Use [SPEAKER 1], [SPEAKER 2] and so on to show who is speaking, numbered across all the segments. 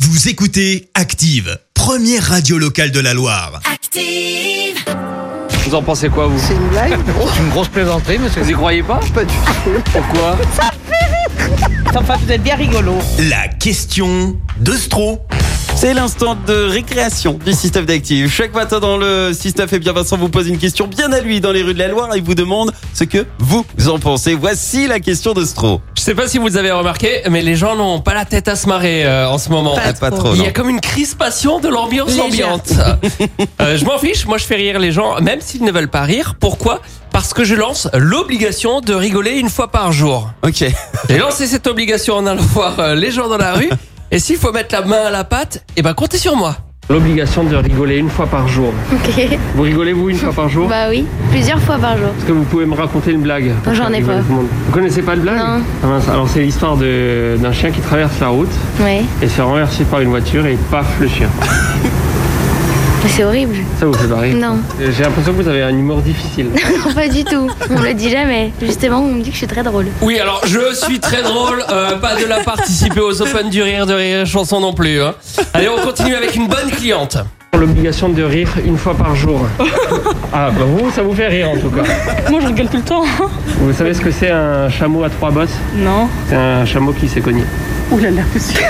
[SPEAKER 1] Vous écoutez Active, première radio locale de la Loire.
[SPEAKER 2] Active.
[SPEAKER 3] Vous en pensez quoi, vous
[SPEAKER 4] C'est une blague
[SPEAKER 3] C'est une grosse plaisanterie, monsieur. Vous y croyez pas Pas du tout. Pourquoi
[SPEAKER 4] Enfin, vous êtes bien rigolo.
[SPEAKER 1] La question de Stro.
[SPEAKER 5] C'est l'instant de récréation du système d'actifs. Chaque matin dans le système, et bien Vincent vous pose une question bien à lui dans les rues de la Loire et vous demande ce que vous en pensez. Voici la question de Stro.
[SPEAKER 6] Je sais pas si vous avez remarqué, mais les gens n'ont pas la tête à se marrer euh, en ce moment.
[SPEAKER 5] Ah, pas trop,
[SPEAKER 6] Il
[SPEAKER 5] non.
[SPEAKER 6] y a comme une crispation de l'ambiance
[SPEAKER 4] Légère.
[SPEAKER 6] ambiante. Euh, je m'en fiche, moi je fais rire les gens, même s'ils ne veulent pas rire. Pourquoi Parce que je lance l'obligation de rigoler une fois par jour.
[SPEAKER 5] Ok.
[SPEAKER 6] J'ai lancé cette obligation en allant voir euh, les gens dans la rue. Et s'il faut mettre la main à la pâte, eh ben comptez sur moi. L'obligation de rigoler une fois par jour.
[SPEAKER 7] Ok,
[SPEAKER 6] Vous rigolez vous une fois par jour
[SPEAKER 7] bah oui, plusieurs fois par jour.
[SPEAKER 6] Est-ce que vous pouvez me raconter une blague
[SPEAKER 7] Pour J'en faire ai rigoler pas. tout
[SPEAKER 6] Vous connaissez pas de blague Ah
[SPEAKER 7] Non.
[SPEAKER 6] Alors c'est l'histoire d'un chien qui traverse la route.
[SPEAKER 7] Ouais,
[SPEAKER 6] et se fait renverser par une voiture et paf le chien.
[SPEAKER 7] mais c'est horrible.
[SPEAKER 6] Ça vous fait pas rire
[SPEAKER 7] Non,
[SPEAKER 6] Euh, J'ai l'impression que vous avez un humour difficile.
[SPEAKER 7] non, pas du tout. On le dit jamais. Justement, on me dit que je suis très drôle.
[SPEAKER 6] Oui, alors je suis très drôle, euh, pas de la participer aux Open du rire de rire chanson non plus. hein. Allez, on continue avec une bonne cliente.
[SPEAKER 8] L'obligation de rire une fois par jour. Ah, bah vous, ça vous fait rire en tout cas.
[SPEAKER 4] Moi, je rigole tout le temps.
[SPEAKER 8] Vous savez ce que c'est un chameau à trois bosses
[SPEAKER 4] Non.
[SPEAKER 8] C'est un chameau qui s'est cogné.
[SPEAKER 4] Ouh là là, monsieur.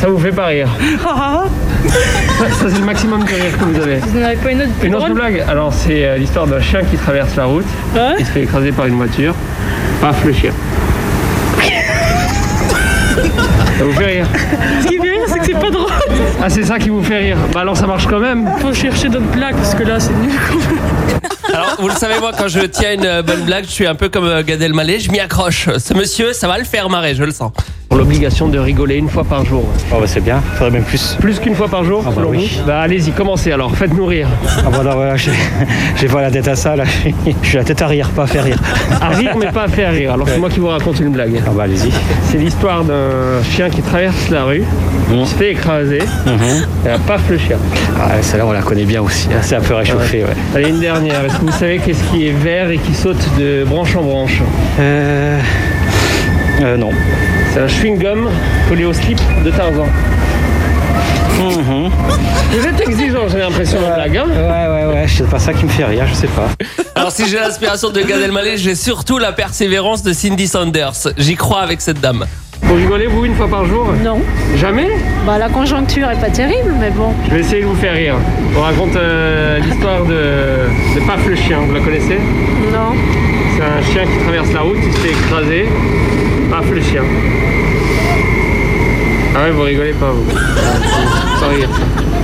[SPEAKER 8] Ça vous fait pas rire
[SPEAKER 4] Ah,
[SPEAKER 8] Ça, ça, c'est le maximum de rire que vous avez.
[SPEAKER 4] vous n'avez pas une autre plus
[SPEAKER 8] Une autre
[SPEAKER 4] drôle
[SPEAKER 8] blague Alors, c'est euh, l'histoire d'un chien qui traverse la route.
[SPEAKER 4] Ouais.
[SPEAKER 8] Il se fait écraser par une voiture. Paf, le chien. Ça vous fait rire
[SPEAKER 4] Ce qui est bien, c'est que c'est pas drôle.
[SPEAKER 8] Ah, c'est ça qui vous fait rire Bah alors ça marche quand même
[SPEAKER 4] Faut chercher d'autres blagues parce que là, c'est nul.
[SPEAKER 6] Alors, vous le savez, moi, quand je tiens une euh, bonne blague, je suis un peu comme euh, Gad Elmaleh, je m'y accroche. Ce monsieur, ça va le faire marrer, je le sens.
[SPEAKER 8] Pour l'obligation de rigoler une fois par jour.
[SPEAKER 9] Oh bah c'est bien, faudrait même plus.
[SPEAKER 8] Plus qu'une fois par jour,
[SPEAKER 9] bah
[SPEAKER 8] selon
[SPEAKER 9] oui.
[SPEAKER 8] vous Bah allez-y, commencez alors, faites-nous rire.
[SPEAKER 9] Ah bah non, voilà, j'ai j'ai pas la tête à ça là, je suis la tête à rire, pas à faire rire.
[SPEAKER 8] À rire mais pas à faire rire, alors c'est moi qui vous raconte une blague.
[SPEAKER 9] Ah bah allez-y.
[SPEAKER 8] C'est l'histoire d'un chien qui traverse la rue,
[SPEAKER 9] Mhm.
[SPEAKER 8] qui se fait écraser, et là, paf le chien.
[SPEAKER 9] Ah, celle-là on la connaît bien aussi, hein, c'est un peu réchauffé, ouais.
[SPEAKER 8] Allez, une dernière, est-ce que vous savez qu'est-ce qui est vert et qui saute de branche en branche
[SPEAKER 9] Euh... euh non.
[SPEAKER 8] C'est un chewing-gum collé au slip de Tarzan. Vous êtes exigeant, j'ai l'impression, la blague. hein
[SPEAKER 9] Mhm. Ouais, ouais, ouais, c'est pas ça qui me fait rire, je sais pas.
[SPEAKER 6] Alors, si j'ai l'inspiration de Gad Elmaleh, j'ai surtout la persévérance de Cindy Sanders. J'y crois avec cette dame.
[SPEAKER 8] Vous rigolez, vous, une fois par jour
[SPEAKER 4] Non.
[SPEAKER 8] Jamais
[SPEAKER 4] Bah, la conjoncture est pas terrible, mais bon.
[SPEAKER 8] Je vais essayer de vous faire rire. On raconte euh, l'histoire de, de Paf le chien, vous la connaissez
[SPEAKER 4] Non.
[SPEAKER 8] C'est un chien qui traverse la route, il se fait écraser. Paf le chien. Ah ouais, vous rigolez pas, vous. Sans rire.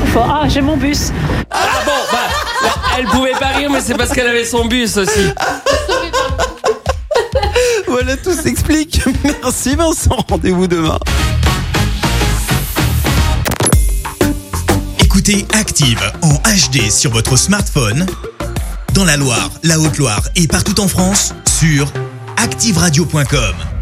[SPEAKER 4] Faut... Ah, j'ai mon bus.
[SPEAKER 6] Ah bon, bah, là, elle pouvait pas rire, mais c'est parce qu'elle avait son bus aussi.
[SPEAKER 5] Voilà, tout s'explique. Merci Vincent. Rendez-vous demain.
[SPEAKER 1] Écoutez Active en HD sur votre smartphone, dans la Loire, la Haute-Loire et partout en France, sur activeradio.com.